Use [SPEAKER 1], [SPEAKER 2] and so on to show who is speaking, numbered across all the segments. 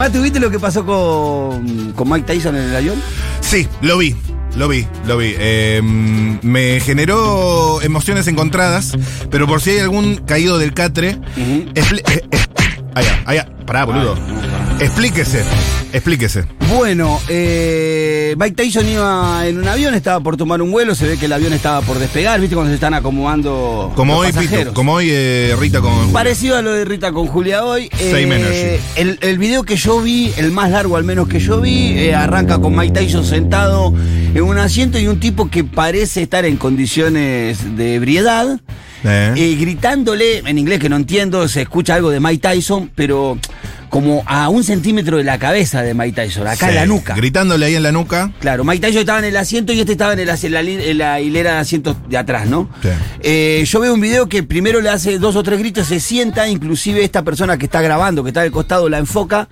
[SPEAKER 1] Mati, ¿viste lo que pasó con, con Mike Tyson en el avión?
[SPEAKER 2] Sí, lo vi. Lo vi, lo vi. Eh, me generó emociones encontradas, pero por si hay algún caído del catre.
[SPEAKER 1] Ujú.
[SPEAKER 2] expli- eh, eh, allá, allá. Pará, boludo. Explíquese, explíquese.
[SPEAKER 1] Bueno, eh, Mike Tyson iba en un avión, estaba por tomar un vuelo, se ve que el avión estaba por despegar, ¿viste? Cuando se están acomodando.
[SPEAKER 2] Como
[SPEAKER 1] los
[SPEAKER 2] hoy, Pito,
[SPEAKER 1] pasajeros.
[SPEAKER 2] como hoy eh, Rita con. Julio.
[SPEAKER 1] Parecido a lo de Rita con Julia hoy. eh,
[SPEAKER 2] Same energy.
[SPEAKER 1] El, el video que yo vi, el más largo al menos que yo vi, eh, arranca con Mike Tyson sentado en un asiento y un tipo que parece estar en condiciones de ebriedad.
[SPEAKER 2] Eh.
[SPEAKER 1] eh, gritándole, en inglés que no entiendo, se escucha algo de Mike Tyson, pero como a un centímetro de la cabeza de Mike Tyson, acá en
[SPEAKER 2] Sí,
[SPEAKER 1] la nuca.
[SPEAKER 2] Gritándole ahí en la nuca.
[SPEAKER 1] Claro, Mike Tyson estaba en el asiento y este estaba en, el asi- en la, li- en la hilera de asientos de atrás, ¿no?
[SPEAKER 2] Sí.
[SPEAKER 1] Eh, yo veo un video que primero le hace dos o tres gritos, se sienta, inclusive esta persona que está grabando, que está del costado, la enfoca.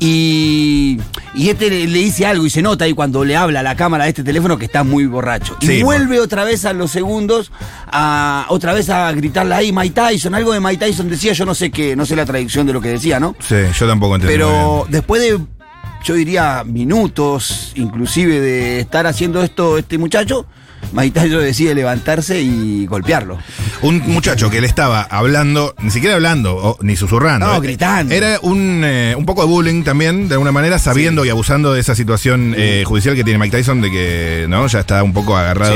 [SPEAKER 1] Y, y este le, le dice algo y se nota ahí cuando le habla a la cámara de este teléfono que está muy borracho. Y
[SPEAKER 2] Sí,
[SPEAKER 1] vuelve otra vez a los segundos, a, otra vez a gritarle ahí, Mike Tyson, algo de Mike Tyson decía, yo no sé qué, no sé la traducción de lo que decía, ¿no?
[SPEAKER 2] Sí, yo tampoco entiendo. muy
[SPEAKER 1] Pero
[SPEAKER 2] bien.
[SPEAKER 1] después de, yo diría, minutos inclusive de estar haciendo esto este muchacho, Maitayo decide levantarse y golpearlo.
[SPEAKER 2] Un muchacho que le estaba hablando, ni siquiera hablando, o- ni susurrando.
[SPEAKER 1] No,
[SPEAKER 2] Eh,
[SPEAKER 1] gritando.
[SPEAKER 2] Era un, eh, un poco de bullying también, de alguna manera, sabiendo y abusando de esa situación eh, judicial que tiene Mike Tyson, de que no ya está un poco agarrado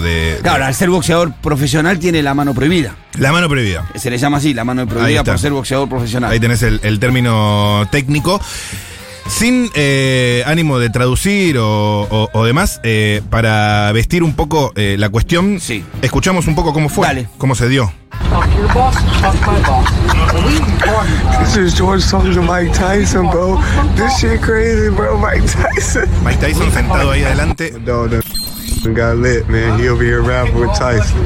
[SPEAKER 2] de,
[SPEAKER 1] claro, al ser boxeador profesional tiene la mano prohibida.
[SPEAKER 2] de- la mano prohibida.
[SPEAKER 1] Se le llama así, la mano
[SPEAKER 2] Ahí
[SPEAKER 1] prohibida
[SPEAKER 2] está.
[SPEAKER 1] por ser boxeador profesional.
[SPEAKER 2] Ahí tenés el, el término técnico. Sin eh, ánimo de traducir o, o- o demás, eh, para vestir un poco eh, la cuestión,
[SPEAKER 1] Sí.
[SPEAKER 2] escuchamos un poco cómo fue,
[SPEAKER 1] Dale.
[SPEAKER 2] cómo se dio.
[SPEAKER 3] Fuck your boss, fuck my boss. We uh, important.
[SPEAKER 4] This is George talking to Mike Tyson, bro. This shit crazy, bro. Mike Tyson.
[SPEAKER 2] Mike Tyson sentado ahí adelante.
[SPEAKER 4] Dog done got lit, man. He over here rapping with Tyson.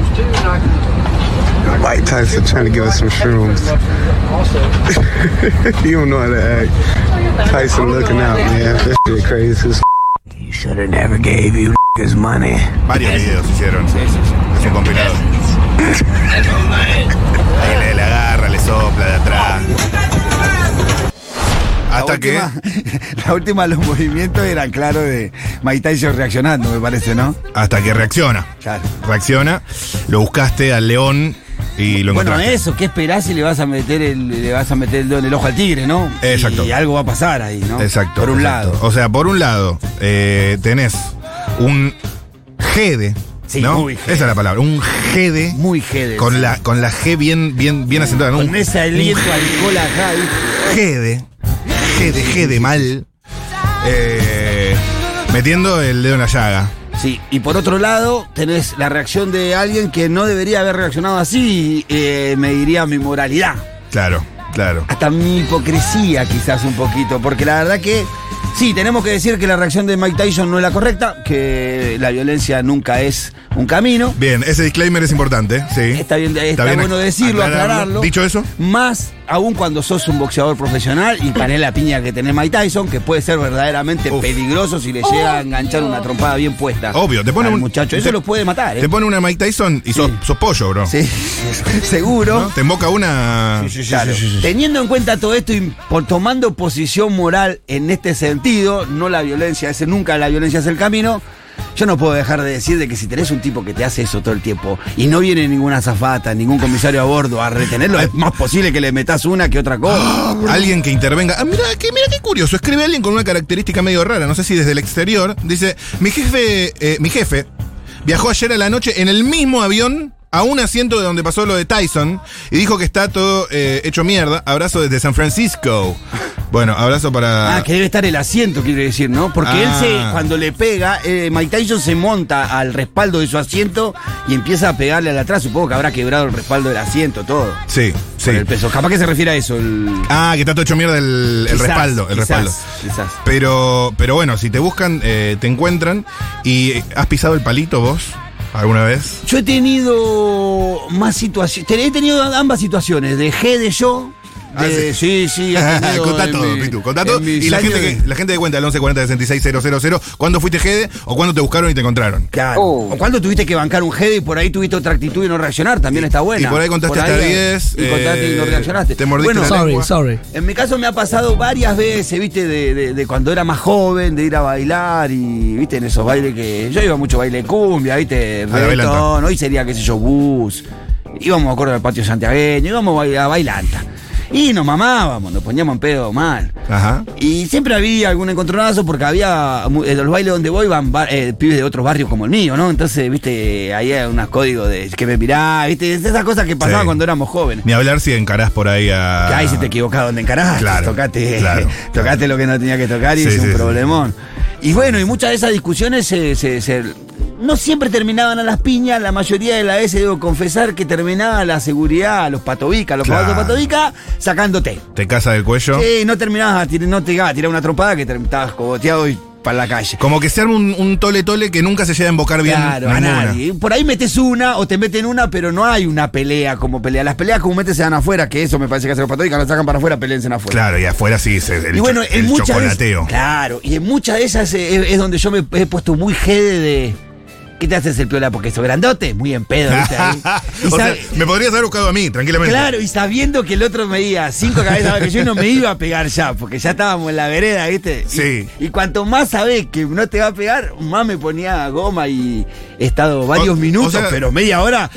[SPEAKER 4] Mike Tyson trying to give us some shrooms. you don't know how to act. Tyson looking out, man. This shit crazy. as
[SPEAKER 5] Should have never gave you his money.
[SPEAKER 2] Varios videos hicieron. Es un compilado. Ahí le, le agarra, le sopla de atrás. Hasta que.
[SPEAKER 1] La última, los movimientos eran claro de Maitayo reaccionando, me parece, ¿no?
[SPEAKER 2] Hasta que reacciona.
[SPEAKER 1] Claro.
[SPEAKER 2] Reacciona. Lo buscaste al león y lo
[SPEAKER 1] Bueno,
[SPEAKER 2] encontraste.
[SPEAKER 1] eso, ¿qué esperás si le vas a meter el, le vas a meter el dedo en el ojo al tigre, no?
[SPEAKER 2] Exacto.
[SPEAKER 1] Y algo va a pasar ahí, ¿no?
[SPEAKER 2] Exacto.
[SPEAKER 1] Por un
[SPEAKER 2] exacto.
[SPEAKER 1] lado.
[SPEAKER 2] O sea, por un lado, eh, tenés un jede.
[SPEAKER 1] Sí,
[SPEAKER 2] ¿no?
[SPEAKER 1] muy jede.
[SPEAKER 2] Esa es la palabra. Un jede.
[SPEAKER 1] Muy jede.
[SPEAKER 2] Con la, con la G bien, bien, bien acentuada. ¿no?
[SPEAKER 1] Con
[SPEAKER 2] Un-
[SPEAKER 1] ese aliento
[SPEAKER 2] un
[SPEAKER 1] alcohol acá, ¿viste?
[SPEAKER 2] Jede. Jede, Jede mal. Eh, metiendo el dedo en la llaga.
[SPEAKER 1] Sí, y por otro lado, tenés la reacción de alguien que no debería haber reaccionado así, eh, me diría mi moralidad,
[SPEAKER 2] Claro, claro.
[SPEAKER 1] hasta mi hipocresía quizás un poquito, porque la verdad que sí, tenemos que decir que la reacción de Mike Tyson no es la correcta, que la violencia nunca es un camino.
[SPEAKER 2] Bien, ese disclaimer es importante, sí.
[SPEAKER 1] Está bien, está,
[SPEAKER 2] bien
[SPEAKER 1] bueno decirlo,
[SPEAKER 2] aclararlo.
[SPEAKER 1] aclararlo.
[SPEAKER 2] Dicho eso,
[SPEAKER 1] Más aún cuando sos un boxeador profesional y tenés la piña que tenés Mike Tyson, que puede ser verdaderamente
[SPEAKER 2] Uf.
[SPEAKER 1] peligroso si le llega a enganchar una trompada bien puesta.
[SPEAKER 2] Obvio, te pone
[SPEAKER 1] al
[SPEAKER 2] un-
[SPEAKER 1] muchacho. Eso
[SPEAKER 2] te-
[SPEAKER 1] lo puede matar, ¿eh?
[SPEAKER 2] te pone una Mike Tyson y sos,
[SPEAKER 1] Sí.
[SPEAKER 2] sos pollo, bro.
[SPEAKER 1] Sí, seguro.
[SPEAKER 2] ¿No? Te emboca una.
[SPEAKER 1] Claro. Teniendo en cuenta todo esto y por tomando posición moral en este sentido, no la violencia, ese nunca la violencia es el camino. Yo no puedo dejar de decir de que si tenés un tipo que te hace eso todo el tiempo y no viene ninguna azafata, ningún comisario a bordo a retenerlo, es más posible que le metas una que otra cosa.
[SPEAKER 2] Alguien que intervenga. Ah, mira qué, mira qué curioso. Escribe alguien con una característica medio rara. No sé si desde el exterior. Dice: Mi jefe, eh, mi jefe viajó ayer a la noche en el mismo avión a un asiento de donde pasó lo de Tyson y dijo que está todo eh, hecho mierda. Abrazo desde San Francisco. Bueno, abrazo para.
[SPEAKER 1] Ah, que debe estar el asiento, quiero decir, ¿no? Porque él
[SPEAKER 2] Ah.
[SPEAKER 1] se, cuando le pega, eh, Mike Tyson se monta al respaldo de su asiento y empieza a pegarle al atrás. Supongo que habrá quebrado el respaldo del asiento, todo.
[SPEAKER 2] Sí, sí.
[SPEAKER 1] Con el peso. Capaz que se refiere a eso. El...
[SPEAKER 2] Ah, que está todo hecho mierda el, el
[SPEAKER 1] Quizás,
[SPEAKER 2] respaldo. El
[SPEAKER 1] quizás,
[SPEAKER 2] respaldo.
[SPEAKER 1] Quizás.
[SPEAKER 2] Pero, pero bueno, si te buscan, eh, te encuentran. ¿Y eh, has pisado el palito vos alguna vez?
[SPEAKER 1] Yo he tenido más situaciones. He tenido ambas situaciones. Dejé de yo.
[SPEAKER 2] Ah,
[SPEAKER 1] de- sí, sí. ha tenido
[SPEAKER 2] contá
[SPEAKER 1] en
[SPEAKER 2] todo,
[SPEAKER 1] mi-
[SPEAKER 2] Pitu, contá
[SPEAKER 1] en
[SPEAKER 2] todo.
[SPEAKER 1] mis
[SPEAKER 2] Y la gente,
[SPEAKER 1] años de-
[SPEAKER 2] que, la gente que cuenta el 1140 ¿cuándo fuiste Jede o cuándo te buscaron y te encontraron?
[SPEAKER 1] Claro.
[SPEAKER 3] Oh.
[SPEAKER 1] O cuando tuviste que bancar un head y por ahí tuviste otra actitud y no reaccionar, también
[SPEAKER 2] Y-
[SPEAKER 1] está buena.
[SPEAKER 2] y por ahí contaste hasta 10,
[SPEAKER 1] Y contaste y no
[SPEAKER 2] eh,
[SPEAKER 1] reaccionaste.
[SPEAKER 2] te mordiste la
[SPEAKER 6] Sorry,
[SPEAKER 2] lengua.
[SPEAKER 6] sorry.
[SPEAKER 1] En mi caso me ha pasado varias veces, viste, de, de- de cuando era más joven, de ir a bailar y, viste, en esos bailes que. Yo iba mucho a baile de cumbia, viste,
[SPEAKER 2] la bailanta.
[SPEAKER 1] reggaetón, hoy sería, qué sé yo, bus. Íbamos, me acuerdo, al patio santiagueño, íbamos a bail- a bailanta. Y nos mamábamos, nos poníamos en pedo mal.
[SPEAKER 2] Ajá.
[SPEAKER 1] Y siempre había algún encontronazo porque había. mu- En los bailes donde voy van ba- eh, pibes de otros barrios como el mío, ¿no? Entonces, viste, ahí hay unos códigos de que me mirá, viste, esas cosas que pasaban
[SPEAKER 2] Sí.
[SPEAKER 1] cuando éramos jóvenes.
[SPEAKER 2] Ni hablar si encarás por ahí a.
[SPEAKER 1] Que ahí se te equivocaba donde encaraste.
[SPEAKER 2] Claro,
[SPEAKER 1] tocaste,
[SPEAKER 2] claro,
[SPEAKER 1] tocaste
[SPEAKER 2] claro.
[SPEAKER 1] lo que no tenía que tocar y
[SPEAKER 2] Sí,
[SPEAKER 1] es
[SPEAKER 2] sí,
[SPEAKER 1] un
[SPEAKER 2] sí.
[SPEAKER 1] problemón. Y bueno, y muchas de esas discusiones se, se- se- no siempre terminaban a las piñas, la mayoría de las veces debo confesar que terminaba la seguridad, a los patovicas, los
[SPEAKER 2] Claro.
[SPEAKER 1] patovica sacándote.
[SPEAKER 2] Te casa del cuello.
[SPEAKER 1] Sí, no terminabas, a tir- no te llegabas a tirar una trompada que te- estabas cogoteado y para la calle.
[SPEAKER 2] Como que se arma un, un tole tole que nunca se llega a embocar bien.
[SPEAKER 1] Claro, a
[SPEAKER 2] ninguna.
[SPEAKER 1] nadie. Por ahí metes una o te meten una, pero no hay una pelea como pelea. Las peleas comúnmente se dan afuera, que eso me parece que hace los patovicas, lo sacan para afuera, peleense afuera.
[SPEAKER 2] Claro, y afuera sí, se, el,
[SPEAKER 1] y bueno,
[SPEAKER 2] cho-
[SPEAKER 1] en
[SPEAKER 2] el
[SPEAKER 1] muchas
[SPEAKER 2] chocolateo.
[SPEAKER 1] veces- claro, y en muchas de esas eh, es, es donde yo me he puesto muy jede de. ¿Qué te haces el piola? Porque sos grandote, muy en pedo, ¿viste? Ahí. Y
[SPEAKER 2] o sea,
[SPEAKER 1] sabe-
[SPEAKER 2] me podrías haber buscado a mí, tranquilamente.
[SPEAKER 1] Claro, y sabiendo que el otro medía cinco cabezas más que yo y no me iba a pegar ya, porque ya estábamos en la vereda, ¿viste? Y-
[SPEAKER 2] Sí.
[SPEAKER 1] Y, cuanto más sabés que no te va a pegar, más me ponía goma y he estado varios
[SPEAKER 2] o
[SPEAKER 1] minutos,
[SPEAKER 2] sea-
[SPEAKER 1] pero media hora.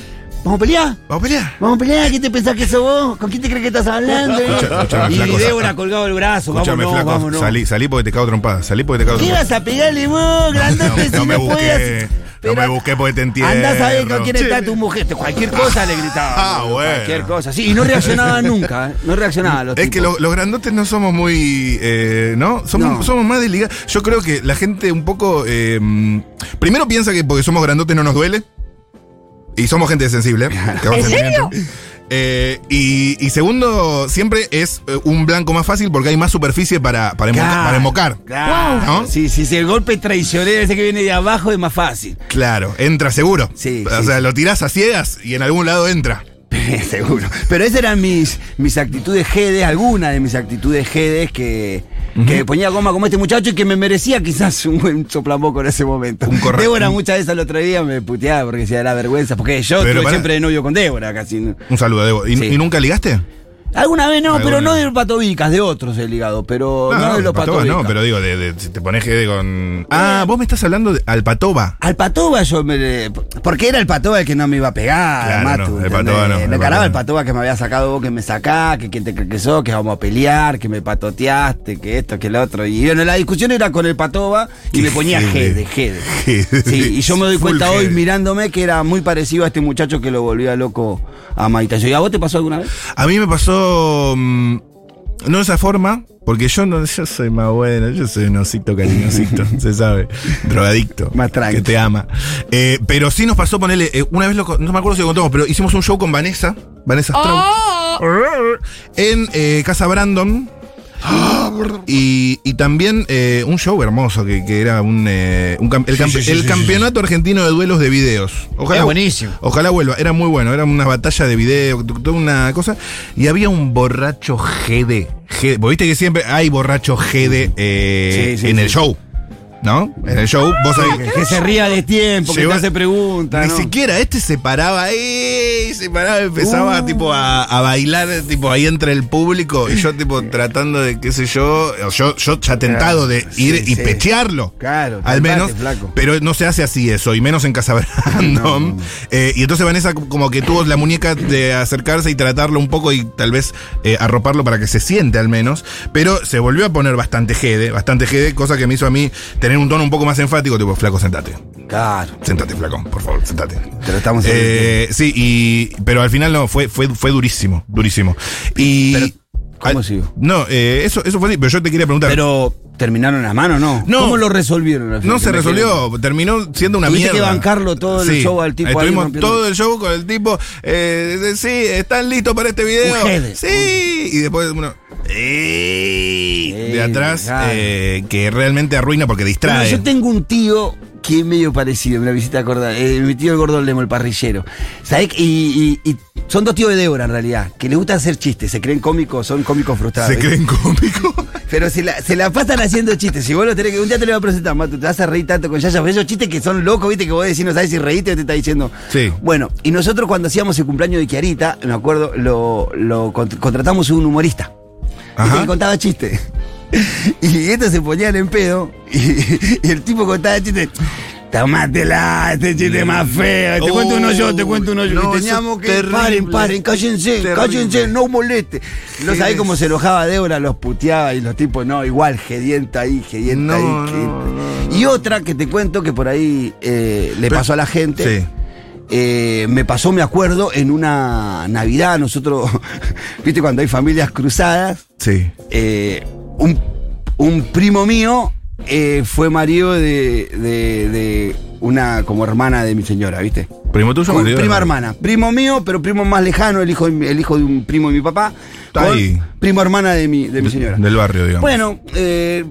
[SPEAKER 1] ¿Vamos a pelear?
[SPEAKER 2] Vamos a pelear.
[SPEAKER 1] Vamos a pelear, ¿qué te pensás que sos vos? ¿Con quién te crees que estás hablando?
[SPEAKER 2] Escucha- escuchame,
[SPEAKER 1] y
[SPEAKER 2] flaco,
[SPEAKER 1] Débora
[SPEAKER 2] sa-
[SPEAKER 1] colgado el brazo,
[SPEAKER 2] Escúchame,
[SPEAKER 1] vámonos,
[SPEAKER 2] flaco.
[SPEAKER 1] vámonos.
[SPEAKER 2] Salí, salí porque te cago trompada. Salí porque te cago
[SPEAKER 1] ¿Qué
[SPEAKER 2] trompada.
[SPEAKER 1] vas a pegarle vos, grandote,
[SPEAKER 2] No, no
[SPEAKER 1] si
[SPEAKER 2] me
[SPEAKER 1] no
[SPEAKER 2] busqué,
[SPEAKER 1] podías?
[SPEAKER 2] no me busqué porque te entiendo.
[SPEAKER 1] Andá a saber con quién está
[SPEAKER 2] Sí.
[SPEAKER 1] tu mujer. Cualquier cosa le gritaba.
[SPEAKER 2] Ah,
[SPEAKER 1] boludo,
[SPEAKER 2] bueno.
[SPEAKER 1] Cualquier cosa. Sí, y no reaccionaba nunca. ¿eh? No reaccionaba. Los
[SPEAKER 2] Es que
[SPEAKER 1] tipos.
[SPEAKER 2] lo- los grandotes no somos muy. eh, ¿No? Somos,
[SPEAKER 1] No.
[SPEAKER 2] somos más desligados. Yo creo que la gente un poco. eh, primero piensa que porque somos grandotes no nos duele. Y somos gente sensible. ¿En serio? Eh, y, y segundo, siempre es eh, un blanco más fácil porque hay más superficie para, para, emboca-
[SPEAKER 1] Claro,
[SPEAKER 2] para embocar.
[SPEAKER 1] Claro.
[SPEAKER 2] ¿No?
[SPEAKER 1] Sí, sí, sí, el golpe traicionero ese que viene de abajo es más fácil.
[SPEAKER 2] Claro, entra seguro.
[SPEAKER 1] Sí,
[SPEAKER 2] o
[SPEAKER 1] sí,
[SPEAKER 2] sea,
[SPEAKER 1] sí.
[SPEAKER 2] lo tirás a ciegas y en algún lado entra.
[SPEAKER 1] Seguro. Pero esas eran mis, mis actitudes jedes, algunas de mis actitudes jedes que, que me ponía goma como este muchacho y que me merecía quizás un buen soplamboco en ese momento.
[SPEAKER 2] Un corre-
[SPEAKER 1] Débora
[SPEAKER 2] un-
[SPEAKER 1] muchas veces al otro día me puteaba porque decía la vergüenza, porque yo
[SPEAKER 2] Pero
[SPEAKER 1] estuve
[SPEAKER 2] pará.
[SPEAKER 1] siempre de novio con Débora casi. ¿no?
[SPEAKER 2] Un saludo, Debo. ¿Y,
[SPEAKER 1] Sí.
[SPEAKER 2] y nunca ligaste?
[SPEAKER 1] Alguna vez no,
[SPEAKER 2] Alguna.
[SPEAKER 1] pero no de los patovicas, de otros he ligado, pero no, de los
[SPEAKER 2] Patoba
[SPEAKER 1] patovicas.
[SPEAKER 2] No, pero digo, de, de- si te pones jede con. Ah, vos me estás hablando de Alpatoba.
[SPEAKER 1] Al Patoba yo me... Porque era el Patoba el que no me iba a pegar,
[SPEAKER 2] Claro,
[SPEAKER 1] Matu,
[SPEAKER 2] no, el
[SPEAKER 1] ¿entendés?
[SPEAKER 2] Patoba no, el
[SPEAKER 1] Me encaraba
[SPEAKER 2] Patoba
[SPEAKER 1] el
[SPEAKER 2] no.
[SPEAKER 1] Patoba que me había sacado vos, que me sacás, que quién te crees que sos, que vamos a pelear, que me patoteaste, que esto, que lo otro. Y bueno, la discusión era con el Patoba y me ponía
[SPEAKER 2] Jede.
[SPEAKER 1] jede, jede. Sí, y yo me doy
[SPEAKER 2] Full
[SPEAKER 1] cuenta hoy
[SPEAKER 2] jede.
[SPEAKER 1] mirándome que era muy parecido a este muchacho que lo volvía loco a Maitayo. ¿Y a vos te pasó alguna vez?
[SPEAKER 2] A mí me pasó. mm, no de esa forma, porque yo no yo soy más bueno, yo soy un osito cariñosito, se sabe. Drogadicto.
[SPEAKER 1] Más tranqui.
[SPEAKER 2] Que te ama. Eh, pero sí nos pasó ponerle. una vez, lo co- no me acuerdo si lo contamos, pero hicimos un show con Vanessa. Vanessa Strauss. En eh, Casa Brandon. Y, y también eh, un show hermoso que, que era un, eh, un cam- el, campe- el campeonato argentino de duelos de videos. Ojalá,
[SPEAKER 1] Es buenísimo.
[SPEAKER 2] Ojalá vuelva. Era muy bueno. Era una batalla de video, t- toda una cosa. Y había un borracho GD. GD. Vos viste que siempre hay borracho GD eh,
[SPEAKER 1] Sí, sí,
[SPEAKER 2] en
[SPEAKER 1] sí.
[SPEAKER 2] el show. ¿No? En el show. Vos sabés
[SPEAKER 1] Que se ría de tiempo, que
[SPEAKER 2] Llegó-
[SPEAKER 1] te hace preguntas,
[SPEAKER 2] Ni
[SPEAKER 1] ¿no?
[SPEAKER 2] siquiera, este se paraba ahí, se paraba, empezaba
[SPEAKER 1] Uh.
[SPEAKER 2] tipo a, a bailar, tipo ahí entre el público, y yo tipo tratando de, qué sé yo, yo, yo ya tentado de
[SPEAKER 1] Sí,
[SPEAKER 2] ir y
[SPEAKER 1] sí.
[SPEAKER 2] pechearlo.
[SPEAKER 1] Claro,
[SPEAKER 2] al
[SPEAKER 1] calmate,
[SPEAKER 2] menos.
[SPEAKER 1] flaco.
[SPEAKER 2] Pero no se hace así eso, y menos en Casa Brandon. Eh, y entonces Vanessa como que tuvo la muñeca de acercarse y tratarlo un poco y tal vez eh, arroparlo para que se siente al menos. Pero se volvió a poner bastante jede, bastante jede, cosa que me hizo a mí tener un tono un poco más enfático, tipo, flaco, sentate.
[SPEAKER 1] Claro.
[SPEAKER 2] Sentate, flaco, por favor, sentate.
[SPEAKER 1] Te lo estamos
[SPEAKER 2] Eh, sí, y, pero al final no, fue, fue, fue durísimo, durísimo. Y.
[SPEAKER 1] Pero, ¿cómo
[SPEAKER 2] al-
[SPEAKER 1] sigo?
[SPEAKER 2] No, eh, eso, eso fue así, pero yo te quería preguntar.
[SPEAKER 1] Pero terminaron las manos, ¿no?
[SPEAKER 2] No.
[SPEAKER 1] ¿Cómo lo resolvieron? al fin?
[SPEAKER 2] no
[SPEAKER 1] Que
[SPEAKER 2] se
[SPEAKER 1] me
[SPEAKER 2] resolvió, terminó siendo una
[SPEAKER 1] Tuviste
[SPEAKER 2] mierda.
[SPEAKER 1] que bancarlo todo el show al tipo ahí
[SPEAKER 2] Estuvimos
[SPEAKER 1] rompiendo-
[SPEAKER 2] todo el show con el tipo. eh, de- sí, ¿están listos para este video?
[SPEAKER 1] Un jede.
[SPEAKER 2] Sí. Y después uno. "Ey",
[SPEAKER 1] Ey,
[SPEAKER 2] de atrás,
[SPEAKER 1] claro.
[SPEAKER 2] eh, que realmente arruina porque
[SPEAKER 1] Bueno,
[SPEAKER 2] distrae.
[SPEAKER 1] yo tengo un tío que medio parecido, me lo visita acordar. Eh, mi tío el gordo Lemo, el parrillero. ¿Sabés? Y, y- y son dos tíos de Débora en realidad, que les gusta hacer chistes, se creen cómicos, son cómicos frustrados.
[SPEAKER 2] ¿Se
[SPEAKER 1] ¿viste?
[SPEAKER 2] creen cómicos?
[SPEAKER 1] Pero se la, se la pasan haciendo chistes. Si vos lo tenés que. Un día te lo voy a presentar, Matu, te vas a reír tanto con Yaya. porque Esos chistes que son locos, viste, que vos decís, no sabés si reíste o te está diciendo.
[SPEAKER 2] Sí.
[SPEAKER 1] Bueno, y nosotros cuando hacíamos el cumpleaños de Kiarita, me acuerdo, lo, lo cont- contratamos un humorista.
[SPEAKER 2] Ajá.
[SPEAKER 1] Y que contaba chistes. Y estos se ponían en pedo. Y, y el tipo contaba chistes. Tomátela, este chiste es más feo. Te cuento uno yo, te cuento uno yo.
[SPEAKER 2] No,
[SPEAKER 1] y teníamos
[SPEAKER 2] eso
[SPEAKER 1] que.
[SPEAKER 2] es terrible.
[SPEAKER 1] Paren, paren, cállense,
[SPEAKER 2] Terrible.
[SPEAKER 1] cállense, no moleste. No
[SPEAKER 2] Sí,
[SPEAKER 1] sabés
[SPEAKER 2] es-
[SPEAKER 1] cómo se enojaba Débora, los puteaba y los tipos, no, igual, gedienta ahí, gedienta
[SPEAKER 2] No,
[SPEAKER 1] ahí.
[SPEAKER 2] no,
[SPEAKER 1] gedienta.
[SPEAKER 2] no,
[SPEAKER 1] y otra que te cuento que por ahí eh, le
[SPEAKER 2] Pero-
[SPEAKER 1] pasó a la gente.
[SPEAKER 2] Sí.
[SPEAKER 1] Eh, me pasó, me acuerdo, en una Navidad, nosotros, viste, cuando hay familias cruzadas,
[SPEAKER 2] Sí.
[SPEAKER 1] eh, un, un primo mío eh, fue marido de, de- de una como hermana de mi señora, viste.
[SPEAKER 2] Primo tuyo,
[SPEAKER 1] Con-
[SPEAKER 2] marido,
[SPEAKER 1] prima
[SPEAKER 2] hermano.
[SPEAKER 1] hermana. Primo mío, pero primo más lejano, el hijo, de mi- el hijo de un primo de mi papá.
[SPEAKER 2] Está
[SPEAKER 1] con
[SPEAKER 2] ahí.
[SPEAKER 1] Primo hermana de mi, de mi
[SPEAKER 2] De-
[SPEAKER 1] señora.
[SPEAKER 2] Del barrio, digamos.
[SPEAKER 1] Bueno, eh,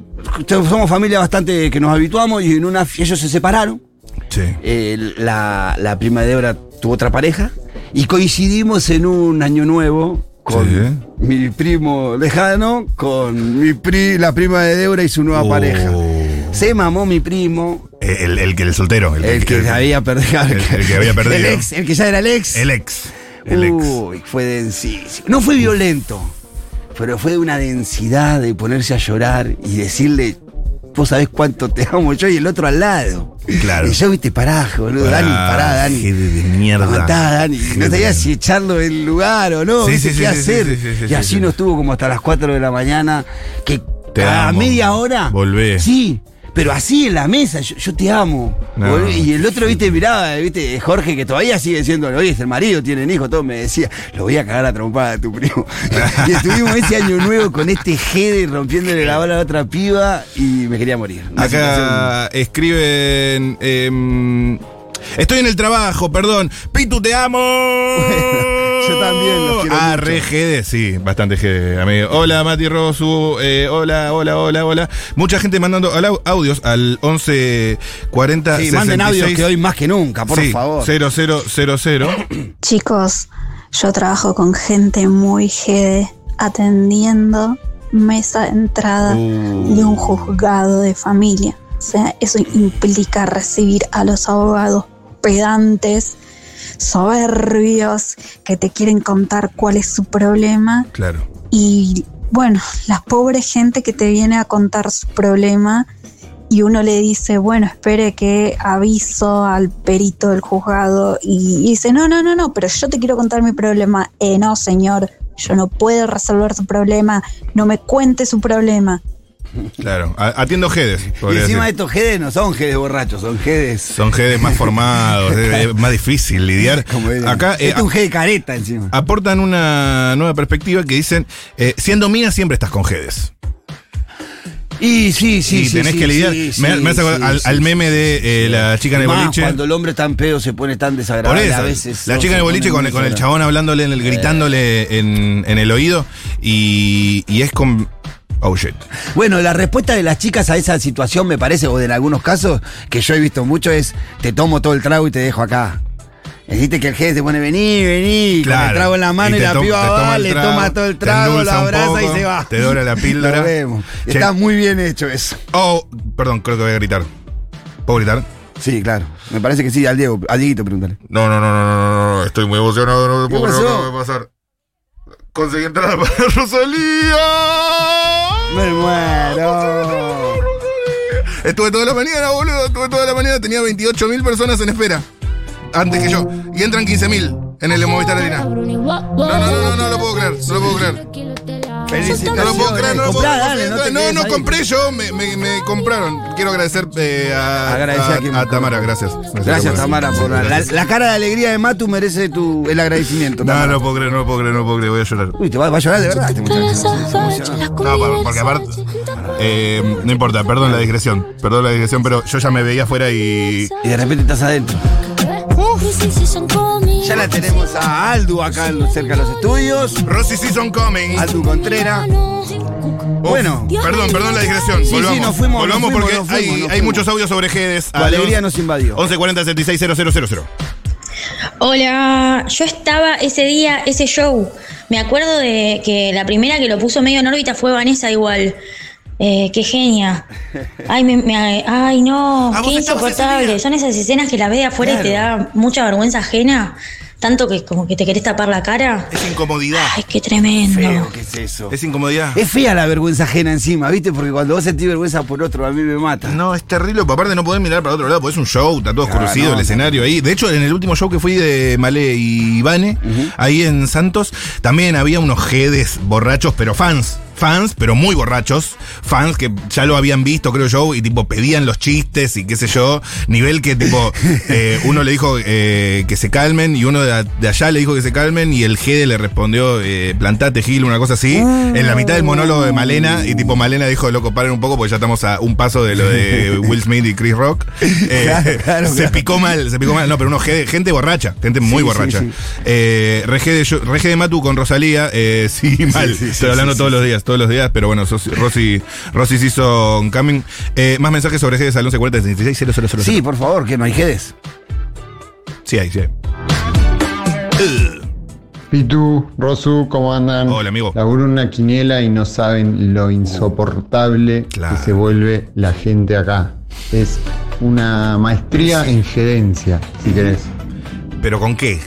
[SPEAKER 1] somos familia bastante que nos habituamos y en una f- ellos se separaron.
[SPEAKER 2] Sí.
[SPEAKER 1] Eh, la, la prima de Débora tuvo otra pareja y coincidimos en un año nuevo con
[SPEAKER 2] Sí.
[SPEAKER 1] mi primo lejano, con mi pri- la prima de Débora y su nueva
[SPEAKER 2] Oh.
[SPEAKER 1] pareja. Se mamó mi primo,
[SPEAKER 2] El, el, que- el soltero.
[SPEAKER 1] el, que, había perdido.
[SPEAKER 2] el- el que había perdido.
[SPEAKER 1] El, ex, el que ya era el ex.
[SPEAKER 2] El ex. El ex.
[SPEAKER 1] Uy, fue densísimo. No fue violento, pero fue de una densidad de ponerse a llorar y decirle, vos sabés cuánto te amo yo y el otro al lado.
[SPEAKER 2] Claro.
[SPEAKER 1] Y yo, viste, pará, boludo, Dani, pará,
[SPEAKER 2] Ah,
[SPEAKER 1] Dani.
[SPEAKER 2] qué de mierda.
[SPEAKER 1] Aguantá, Dani.
[SPEAKER 2] Qué
[SPEAKER 1] No sabía
[SPEAKER 2] de-
[SPEAKER 1] si echarlo del lugar o no,
[SPEAKER 2] Sí,
[SPEAKER 1] viste,
[SPEAKER 2] sí,
[SPEAKER 1] qué
[SPEAKER 2] sí, sí,
[SPEAKER 1] hacer.
[SPEAKER 2] sí, sí, sí,
[SPEAKER 1] y así
[SPEAKER 2] sí, sí.
[SPEAKER 1] nos tuvo como hasta las 4 de la mañana, que
[SPEAKER 2] Te
[SPEAKER 1] cada
[SPEAKER 2] amo.
[SPEAKER 1] media hora.
[SPEAKER 2] Volvé.
[SPEAKER 1] Sí. Pero así en la mesa, yo, yo te amo.
[SPEAKER 2] No.
[SPEAKER 1] Volvé. Y el otro, viste, miraba, viste, Jorge, que todavía sigue siendo, oye, es el marido, tienen hijos, todo, me decía, lo voy a cagar a trompada a tu primo. y estuvimos ese año nuevo con este Gede rompiéndole la bala a otra piba y me quería morir. Una situación-
[SPEAKER 2] Acá escriben. em, estoy en el trabajo, perdón. Pitu, te amo.
[SPEAKER 1] yo también los quiero
[SPEAKER 2] Ah,
[SPEAKER 1] mucho.
[SPEAKER 2] re GD, sí, bastante GD, amigo. Hola, Mati Rosu. eh, hola, hola, hola, hola. Mucha gente mandando au- audios al 11 40
[SPEAKER 1] Sí, manden audios
[SPEAKER 2] 66.
[SPEAKER 1] que hoy más que nunca, por
[SPEAKER 2] Sí,
[SPEAKER 1] favor.
[SPEAKER 2] 0000.
[SPEAKER 6] Chicos, yo trabajo con gente muy jede, atendiendo mesa de entrada
[SPEAKER 2] Uh.
[SPEAKER 6] de un juzgado de familia. O sea, eso implica recibir a los abogados pedantes, soberbios, que te quieren contar cuál es su problema.
[SPEAKER 2] Claro.
[SPEAKER 6] Y bueno, la pobre gente que te viene a contar su problema y uno le dice, bueno, espere que aviso al perito del juzgado y dice, no, no, no, no, pero yo te quiero contar mi problema. Eh, no, señor, yo no puedo resolver su problema, no me cuente su problema.
[SPEAKER 2] Claro, a- atiendo GEDES.
[SPEAKER 1] Y
[SPEAKER 2] podría
[SPEAKER 1] encima de
[SPEAKER 2] decir.
[SPEAKER 1] estos jedes no son jedes borrachos, son jedes.
[SPEAKER 2] Son GEDES más formados, es, es más difícil lidiar.
[SPEAKER 1] Como él.
[SPEAKER 2] Acá eh, ah,
[SPEAKER 1] este es un jede careta encima.
[SPEAKER 2] aportan una nueva perspectiva que dicen, eh, siendo mina siempre estás con GEDES.
[SPEAKER 1] Y sí, sí,
[SPEAKER 2] y
[SPEAKER 1] sí.
[SPEAKER 2] tenés
[SPEAKER 1] sí,
[SPEAKER 2] que lidiar.
[SPEAKER 1] sí,
[SPEAKER 2] me,
[SPEAKER 1] sí,
[SPEAKER 2] me hace acordar
[SPEAKER 1] sí,
[SPEAKER 2] al,
[SPEAKER 1] sí,
[SPEAKER 2] al
[SPEAKER 1] sí.
[SPEAKER 2] meme de eh, la chica en el
[SPEAKER 1] Más
[SPEAKER 2] boliche.
[SPEAKER 1] cuando el hombre tan pedo se pone tan
[SPEAKER 2] Por
[SPEAKER 1] desagradable
[SPEAKER 2] eso,
[SPEAKER 1] a veces.
[SPEAKER 2] la
[SPEAKER 1] no,
[SPEAKER 2] chica
[SPEAKER 1] se
[SPEAKER 2] en el boliche
[SPEAKER 1] pone
[SPEAKER 2] con,
[SPEAKER 1] muy
[SPEAKER 2] con el
[SPEAKER 1] desagradable.
[SPEAKER 2] chabón hablándole, en el, gritándole en, en el oído y, y es con... Oh, shit.
[SPEAKER 1] Bueno, la respuesta de las chicas a esa situación, me parece, o en algunos casos, que yo he visto mucho, es: te tomo todo el trago y te dejo acá. Dijiste que el jefe se pone, vení, vení, con
[SPEAKER 2] Claro.
[SPEAKER 1] el trago en la mano
[SPEAKER 2] Y
[SPEAKER 1] y,
[SPEAKER 2] te
[SPEAKER 1] la
[SPEAKER 2] to- te
[SPEAKER 1] piba
[SPEAKER 2] toma
[SPEAKER 1] va,
[SPEAKER 2] el
[SPEAKER 1] le
[SPEAKER 2] trago,
[SPEAKER 1] toma todo el
[SPEAKER 2] te
[SPEAKER 1] trago,
[SPEAKER 2] endulza
[SPEAKER 1] la
[SPEAKER 2] un
[SPEAKER 1] abraza y
[SPEAKER 2] poco,
[SPEAKER 1] se va.
[SPEAKER 2] te dora la píldora.
[SPEAKER 1] Lo vemos.
[SPEAKER 2] Che.
[SPEAKER 1] Está muy bien hecho eso.
[SPEAKER 2] Oh, perdón, creo que voy a gritar. ¿Puedo gritar?
[SPEAKER 1] Sí, claro. Me parece que sí, al Diego, al Dieguito pregúntale.
[SPEAKER 2] No, no, no, no, no, no, no, estoy muy emocionado, no me
[SPEAKER 1] ¿Qué
[SPEAKER 2] puedo creer lo
[SPEAKER 1] pasó?
[SPEAKER 2] que va a pasar. Conseguí entrada para Rosalía.
[SPEAKER 1] Me muero.
[SPEAKER 2] Estuve toda la mañana, boludo. Estuve toda la mañana. Tenía 28.000 personas en espera. Antes que yo. Y entran 15.000 en el Movistar Arena.
[SPEAKER 7] No, no, no, no, no lo puedo creer, no lo puedo creer.
[SPEAKER 2] No lo puedo creer, no lo puedo
[SPEAKER 1] Comprá, dale,
[SPEAKER 2] creer.
[SPEAKER 1] no te
[SPEAKER 2] No,
[SPEAKER 1] quedes
[SPEAKER 2] no
[SPEAKER 1] ahí.
[SPEAKER 2] compré yo. Me, me- me compraron. Quiero agradecer eh, a,
[SPEAKER 1] Agradecer a quien
[SPEAKER 2] a,
[SPEAKER 1] me
[SPEAKER 2] Tamara. Gracias.
[SPEAKER 1] Gracias, Tamara, por la,
[SPEAKER 2] Gracias.
[SPEAKER 1] la cara de alegría de Matu merece tu, el agradecimiento.
[SPEAKER 2] No,
[SPEAKER 1] Tamara.
[SPEAKER 2] no lo puedo creer, no lo puedo creer, no lo puedo creer. Voy a llorar.
[SPEAKER 1] Uy, te va, va a llorar de verdad este muchacho.
[SPEAKER 2] No, por- porque aparte. eh, no importa, perdón la digresión. Perdón la digresión, pero yo ya me veía afuera y.
[SPEAKER 1] Y de repente estás adentro. Ya la tenemos a Aldu acá en- cerca de los estudios.
[SPEAKER 2] Rosy Season Coming.
[SPEAKER 1] Aldu Contreras. Bueno,
[SPEAKER 7] Dios
[SPEAKER 2] Perdón,
[SPEAKER 7] me
[SPEAKER 2] perdón la
[SPEAKER 7] libre.
[SPEAKER 2] digresión.
[SPEAKER 1] Sí, sí,
[SPEAKER 2] volvamos.
[SPEAKER 1] nos fuimos, nos
[SPEAKER 2] volvamos
[SPEAKER 1] fuimos,
[SPEAKER 2] porque
[SPEAKER 1] nos fuimos,
[SPEAKER 2] hay,
[SPEAKER 1] nos
[SPEAKER 2] hay
[SPEAKER 1] fuimos.
[SPEAKER 2] muchos audios sobre Jedes.
[SPEAKER 1] Tu alegría nos invadió.
[SPEAKER 2] 1140 76000.
[SPEAKER 8] Hola, yo estaba ese día, ese show. Me acuerdo de que la primera que lo puso medio en órbita fue Vanessa igual. Eh, qué genia. Ay, me- me- ay no,
[SPEAKER 2] Ah, vos
[SPEAKER 8] qué
[SPEAKER 2] estabas ese día.
[SPEAKER 8] insoportable. Son esas escenas que las ves de afuera y te da mucha vergüenza ajena. Tanto que como que te querés tapar la cara.
[SPEAKER 2] Es incomodidad.
[SPEAKER 8] Ay, qué tremendo.
[SPEAKER 1] Feo, ¿qué es eso?
[SPEAKER 2] Es incomodidad.
[SPEAKER 1] Es fea la vergüenza ajena encima, ¿viste? Porque cuando vos sentís vergüenza por otro, a mí me mata.
[SPEAKER 2] No, es terrible, porque aparte no podés mirar para otro lado, porque es un show, está todo
[SPEAKER 1] Ah,
[SPEAKER 2] oscurecido
[SPEAKER 1] no,
[SPEAKER 2] el
[SPEAKER 1] no.
[SPEAKER 2] escenario ahí. De hecho, en el último show que fui de Malé y Ivane, ahí en Santos, también había unos jedes borrachos, pero fans. Fans, pero muy borrachos. Fans que ya lo habían visto, creo yo, y tipo pedían los chistes y qué sé yo. Nivel que tipo, eh, uno le dijo eh, que se calmen y uno de, a- de allá le dijo que se calmen y el jede le respondió, eh, plantate Gil, una cosa así.
[SPEAKER 1] Uh.
[SPEAKER 2] En la mitad del monólogo de Malena y tipo Malena dijo, loco, paren un poco porque ya estamos a un paso de lo de Will Smith y Chris Rock. Eh,
[SPEAKER 1] Claro, claro,
[SPEAKER 2] se
[SPEAKER 1] claro.
[SPEAKER 2] picó mal, se picó mal. No, pero uno, jede- gente borracha, gente muy
[SPEAKER 1] Sí,
[SPEAKER 2] borracha.
[SPEAKER 1] sí, sí.
[SPEAKER 2] Eh, Regé de, yo- Regé de Matu con Rosalía, eh, sí, mal.
[SPEAKER 1] sí, sí,
[SPEAKER 2] Estoy
[SPEAKER 1] sí,
[SPEAKER 2] hablando
[SPEAKER 1] sí,
[SPEAKER 2] todos los días, todos los días, pero bueno, sos- Rosy, Rosy se hizo un coming. Eh, más mensajes sobre Jedes al 1140 66
[SPEAKER 1] Sí, por favor, que no hay jedes.
[SPEAKER 2] sí, hay, sí. hay.
[SPEAKER 9] Pitu, Rosu, ¿cómo andan?
[SPEAKER 2] Hola, amigo.
[SPEAKER 9] Laburo en una quiniela y no saben lo insoportable
[SPEAKER 2] Claro.
[SPEAKER 9] que se vuelve la gente acá. Es una maestría en gerencia, si querés.
[SPEAKER 2] Pero con qué?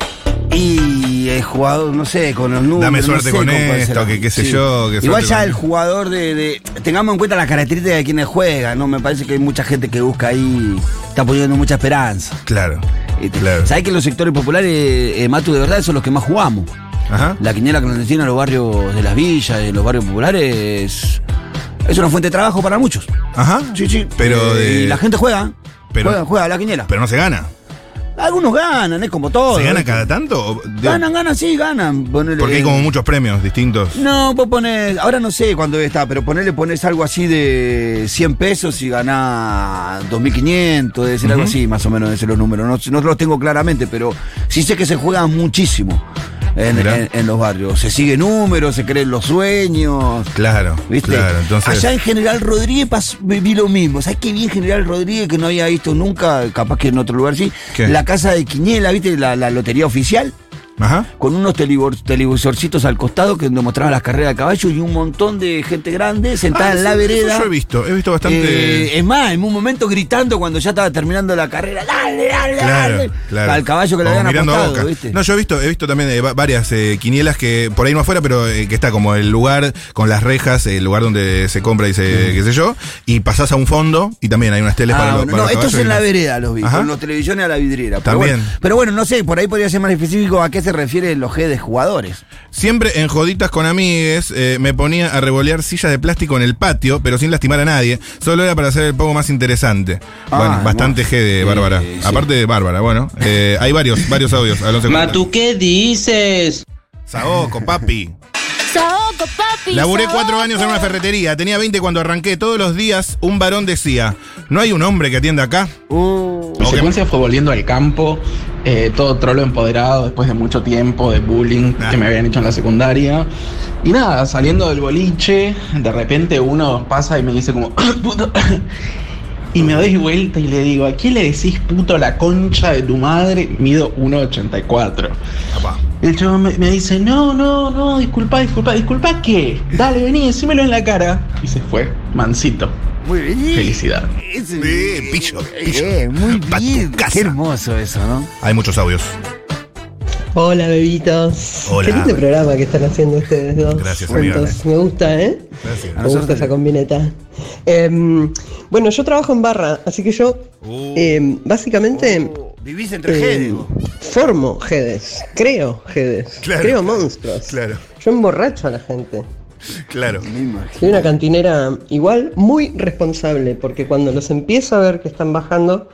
[SPEAKER 1] Y el jugador, no sé, con los números.
[SPEAKER 2] Dame
[SPEAKER 1] no
[SPEAKER 2] suerte
[SPEAKER 1] sé
[SPEAKER 2] con
[SPEAKER 1] cómo puede
[SPEAKER 2] esto,
[SPEAKER 1] ser.
[SPEAKER 2] que qué sé yo, que
[SPEAKER 1] Igual
[SPEAKER 2] suerte
[SPEAKER 1] ya
[SPEAKER 2] con-
[SPEAKER 1] el jugador de, de- Tengamos en cuenta las características de quienes juegan, ¿no? Me parece que hay mucha gente que busca ahí. Está poniendo mucha esperanza.
[SPEAKER 2] Claro.
[SPEAKER 1] Este,
[SPEAKER 2] Claro.
[SPEAKER 1] ¿Sabés que los sectores populares, eh, Matu, de verdad, son los que más jugamos?
[SPEAKER 2] Ajá.
[SPEAKER 1] La quiniela clandestina en los barrios de las villas, en los barrios populares. Es una fuente de trabajo para muchos.
[SPEAKER 2] Ajá. Pero,
[SPEAKER 1] Eh,
[SPEAKER 2] de-
[SPEAKER 1] y la gente juega.
[SPEAKER 2] Pero-
[SPEAKER 1] juega, juega a la quiniela.
[SPEAKER 2] pero no se gana.
[SPEAKER 1] Algunos ganan, es como todo.
[SPEAKER 2] ¿Se gana
[SPEAKER 1] ¿viste?
[SPEAKER 2] cada tanto? O- digo,
[SPEAKER 1] Ganan, ganan, sí, ganan. Ponele-
[SPEAKER 2] Porque hay como muchos premios distintos.
[SPEAKER 1] eh, No, vos ponés, ahora no sé cuándo está, pero ponele, ponés algo así de 100 pesos y ganás 2.500, debe ser algo
[SPEAKER 2] Ujú.
[SPEAKER 1] así, más o menos, debe ser los números. No, no los tengo claramente, pero sí sé que se juega muchísimo en,
[SPEAKER 2] Mirá.
[SPEAKER 1] en- en los barrios. Se sigue números, se creen los sueños.
[SPEAKER 2] Claro.
[SPEAKER 1] ¿Viste?
[SPEAKER 2] Claro, entonces.
[SPEAKER 1] Allá en General Rodríguez pas- vi lo mismo. ¿Sabes qué vi en General Rodríguez que no había visto nunca? Capaz que en otro lugar sí.
[SPEAKER 2] ¿Qué?
[SPEAKER 1] La casa de Quiniela, ¿viste? La, la lotería oficial
[SPEAKER 2] Ajá.
[SPEAKER 1] con unos televor- televisorcitos al costado que donde mostraban las carreras de caballo y un montón de gente grande sentada
[SPEAKER 2] Ah,
[SPEAKER 1] en la
[SPEAKER 2] sí, eso
[SPEAKER 1] vereda.
[SPEAKER 2] Yo he visto, he visto bastante.
[SPEAKER 1] Eh, es más, en un momento gritando cuando ya estaba terminando la carrera, dale, dale, dale,
[SPEAKER 2] Claro, claro.
[SPEAKER 1] al caballo que le
[SPEAKER 2] Como
[SPEAKER 1] habían
[SPEAKER 2] mirando a
[SPEAKER 1] apostado,
[SPEAKER 2] Boca.
[SPEAKER 1] ¿viste?
[SPEAKER 2] No, yo he visto, he visto también eh, va- varias eh, quinielas que por ahí no afuera, pero eh, que está como el lugar con las rejas, el lugar donde se compra y se, qué sé yo, y pasás a un fondo y también hay unas teles
[SPEAKER 1] Ah,
[SPEAKER 2] para,
[SPEAKER 1] bueno, no, esto es en la vereda los vi,
[SPEAKER 2] Ajá.
[SPEAKER 1] con los televisiones a la vidriera. Pero
[SPEAKER 2] También.
[SPEAKER 1] Bueno, pero bueno, no sé, por ahí podría ser más específico a qué se refieren los G de jugadores.
[SPEAKER 2] Siempre en joditas con amigues eh, me ponía a revolear sillas de plástico en el patio, pero sin lastimar a nadie. Solo era para hacer el poco más interesante.
[SPEAKER 1] Ah,
[SPEAKER 2] bueno, bastante
[SPEAKER 1] bueno.
[SPEAKER 2] G de
[SPEAKER 1] Eh,
[SPEAKER 2] Bárbara.
[SPEAKER 1] sí.
[SPEAKER 2] Aparte de Bárbara, bueno. eh, hay varios, varios audios. al 11.40.
[SPEAKER 10] ¿qué dices?
[SPEAKER 2] Saoco, papi.
[SPEAKER 7] Saoco, papi.
[SPEAKER 2] Laburé
[SPEAKER 7] saoco.
[SPEAKER 2] cuatro años en una ferretería. Tenía 20 cuando arranqué. Todos los días un varón decía: ¿No hay un hombre que atienda acá?
[SPEAKER 1] Uh,
[SPEAKER 10] Mi
[SPEAKER 2] Ok.
[SPEAKER 10] secuencia Pues fue volviendo al campo, eh, todo trolo empoderado después de mucho tiempo de bullying
[SPEAKER 2] Ah.
[SPEAKER 10] que me habían hecho en la secundaria. Y nada, saliendo del boliche, de repente uno pasa y me dice como, puto. Y me doy vuelta y le digo, ¿a quién le decís puto la concha de tu madre? Mido 1,84.
[SPEAKER 2] Apá.
[SPEAKER 10] El chabón me, me dice, no, no, no, disculpa, disculpa, disculpa qué. Dale, vení, decímelo en la cara. Y se fue, mansito.
[SPEAKER 1] Muy bien.
[SPEAKER 10] Felicidad.
[SPEAKER 1] Ese-
[SPEAKER 2] Eh, pillo, pillo.
[SPEAKER 1] Eh, muy
[SPEAKER 2] Pa' tu
[SPEAKER 1] bien.
[SPEAKER 2] casa.
[SPEAKER 1] Qué hermoso eso, ¿no?
[SPEAKER 2] Hay muchos audios.
[SPEAKER 11] Hola bebitos.
[SPEAKER 2] Hola.
[SPEAKER 11] Qué lindo programa que están haciendo ustedes dos.
[SPEAKER 2] Gracias, amiga.
[SPEAKER 11] juntos. Me gusta, ¿eh?
[SPEAKER 2] Gracias.
[SPEAKER 1] A
[SPEAKER 11] Me gusta
[SPEAKER 1] nosotros-
[SPEAKER 11] esa combineta. Em, bueno, yo trabajo en barra, así que yo
[SPEAKER 2] Uh.
[SPEAKER 11] em, básicamente
[SPEAKER 1] Oh, vivís entre
[SPEAKER 2] eh,
[SPEAKER 11] em,
[SPEAKER 1] G, digo.
[SPEAKER 11] formo Jedes, creo Jedes,
[SPEAKER 2] Claro.
[SPEAKER 11] creo monstruos.
[SPEAKER 2] Claro.
[SPEAKER 11] Yo emborracho a la gente.
[SPEAKER 2] Claro.
[SPEAKER 1] Me imagino.
[SPEAKER 11] Soy una cantinera igual muy responsable, porque cuando los empiezo a ver que están bajando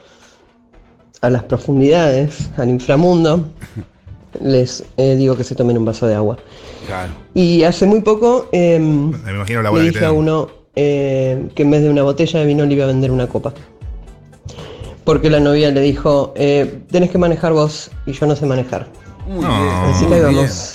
[SPEAKER 11] a las profundidades, al inframundo, les eh, digo que se tomen un vaso de agua. Y hace muy poco eh,
[SPEAKER 2] Me imagino la
[SPEAKER 11] le
[SPEAKER 2] bola que te
[SPEAKER 11] dije a
[SPEAKER 2] dan.
[SPEAKER 11] uno eh, que en vez de una botella de vino le iba a vender una copa. Porque la novia le dijo, eh, tenés que Ah. manejar vos y yo no sé manejar.
[SPEAKER 1] Muy
[SPEAKER 2] No.
[SPEAKER 1] bien.
[SPEAKER 11] Así
[SPEAKER 1] Muy
[SPEAKER 11] que ahí vamos.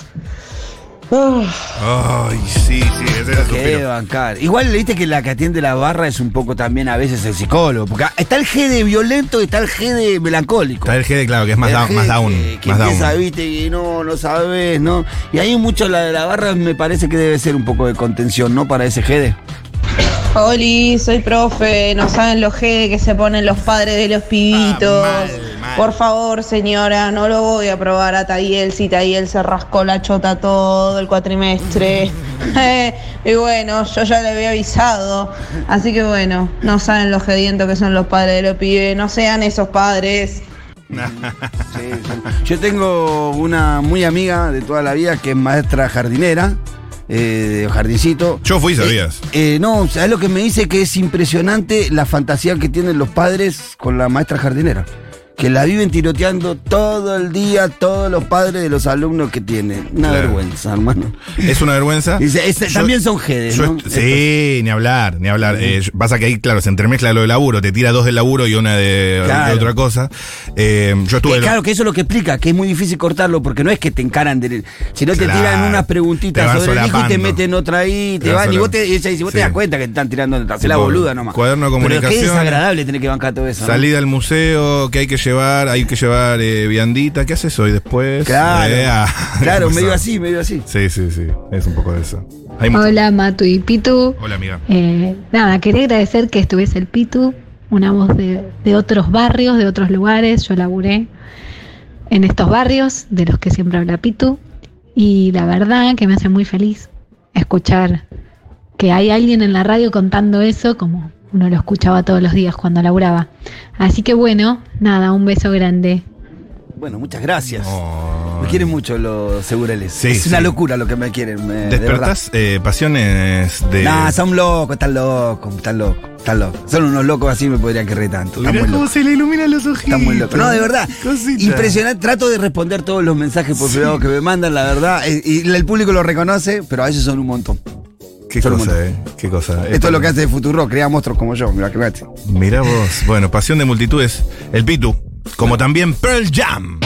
[SPEAKER 2] Ay, sí, sí, ese era el
[SPEAKER 1] Que debe
[SPEAKER 2] suspiro.
[SPEAKER 1] bancar. Igual viste que la que atiende la barra es un poco también a veces el psicólogo. Porque está el G de violento y está el G de melancólico.
[SPEAKER 2] Está el G de claro, que es más,
[SPEAKER 1] El
[SPEAKER 2] down,
[SPEAKER 1] G
[SPEAKER 2] más down.
[SPEAKER 1] Que, que
[SPEAKER 2] más down.
[SPEAKER 1] empieza, viste, y no, no sabes, ¿no? Y ahí mucho la de la barra me parece que debe ser un poco de contención, ¿no? Para ese G de.
[SPEAKER 12] Oli, soy profe, no saben los G que se ponen los padres de los pibitos. Por favor, señora, no lo voy a probar a Tayel, si Tayel se rascó la chota todo el cuatrimestre. Eh, y bueno, yo ya le había avisado. Así que bueno, no saben los gedientos que son los padres de los pibes, no sean esos padres.
[SPEAKER 1] Yo tengo una muy amiga de toda la vida que es maestra jardinera, eh, de jardincito.
[SPEAKER 2] Yo fui, sabías.
[SPEAKER 1] Eh, no, ¿sabes lo que me dice? Que es impresionante la fantasía que tienen los padres con la maestra jardinera. Que la viven tiroteando todo el día todos los padres de los alumnos que tienen. Una
[SPEAKER 2] Claro.
[SPEAKER 1] vergüenza, hermano.
[SPEAKER 2] Es una vergüenza.
[SPEAKER 1] Dice, es- también son jedes,
[SPEAKER 2] yo
[SPEAKER 1] ¿no?
[SPEAKER 2] est- Sí, ni hablar, ni hablar. Eh, yo- pasa que ahí, claro, se entremezcla lo del laburo. Te tira dos del laburo y una de,
[SPEAKER 1] Claro.
[SPEAKER 2] de otra cosa. Eh, yo estuve.
[SPEAKER 1] Que claro, que eso es lo que explica, que es muy difícil cortarlo, porque no es que te encaran, de, sino te
[SPEAKER 2] Claro.
[SPEAKER 1] tiran unas
[SPEAKER 2] Te
[SPEAKER 1] preguntitas
[SPEAKER 2] van
[SPEAKER 1] sobre el hijo y te
[SPEAKER 2] solapando.
[SPEAKER 1] meten otra ahí, te
[SPEAKER 2] Te van
[SPEAKER 1] van, y vos te,
[SPEAKER 2] solapando.
[SPEAKER 1] y ella dice, vos te
[SPEAKER 2] Sí.
[SPEAKER 1] das cuenta que te están tirando, te haces la
[SPEAKER 2] Tipo,
[SPEAKER 1] boluda nomás.
[SPEAKER 2] cuaderno de
[SPEAKER 1] Pero qué
[SPEAKER 2] comunicación.
[SPEAKER 1] desagradable tener que bancar todo eso. ¿no?
[SPEAKER 2] Salida al museo, que hay que llevar, hay que llevar eh, viandita. ¿Qué haces hoy después?
[SPEAKER 1] Claro,
[SPEAKER 2] Eh, ah,
[SPEAKER 1] claro
[SPEAKER 2] ¿qué
[SPEAKER 1] medio
[SPEAKER 2] pasó?
[SPEAKER 1] así, medio así.
[SPEAKER 2] Sí, sí, sí. Es un poco de eso. Hay mucho-
[SPEAKER 13] Hola Matu y Pitu.
[SPEAKER 2] Hola, amiga.
[SPEAKER 13] Eh, nada, quería agradecer que estuviese el Pitu, una voz de, de otros barrios, de otros lugares. Yo laburé en estos barrios de los que siempre habla Pitu. Y la verdad que me hace muy feliz escuchar que hay alguien en la radio contando eso como uno lo escuchaba todos los días cuando laburaba. Así que bueno, nada, un beso grande.
[SPEAKER 1] Bueno, muchas gracias.
[SPEAKER 2] Oh.
[SPEAKER 1] Me quieren mucho los segureles.
[SPEAKER 2] Sí,
[SPEAKER 1] es una
[SPEAKER 2] sí.
[SPEAKER 1] locura lo que me quieren. eh, de
[SPEAKER 2] ¿Despertás eh, pasiones de.
[SPEAKER 1] verdad. No, son locos, están locos, están locos, están locos. Son unos locos así, me podrían querer tanto. Están muy locos.
[SPEAKER 2] se le iluminan los ojitos.
[SPEAKER 1] Está muy loco. No, de verdad. Impresionante. Trato de responder todos los mensajes por privado que me mandan, la verdad. Eh, Y el público lo reconoce, pero a veces son un montón.
[SPEAKER 2] Qué
[SPEAKER 1] Son un
[SPEAKER 2] cosa,
[SPEAKER 1] montón.
[SPEAKER 2] eh. Qué cosa.
[SPEAKER 1] Esto es lo que hace de Futuro, crea monstruos como yo, mirá, créate.
[SPEAKER 2] Mirá vos. Bueno, pasión de multitudes. El Pitu. Como también Pearl Jam.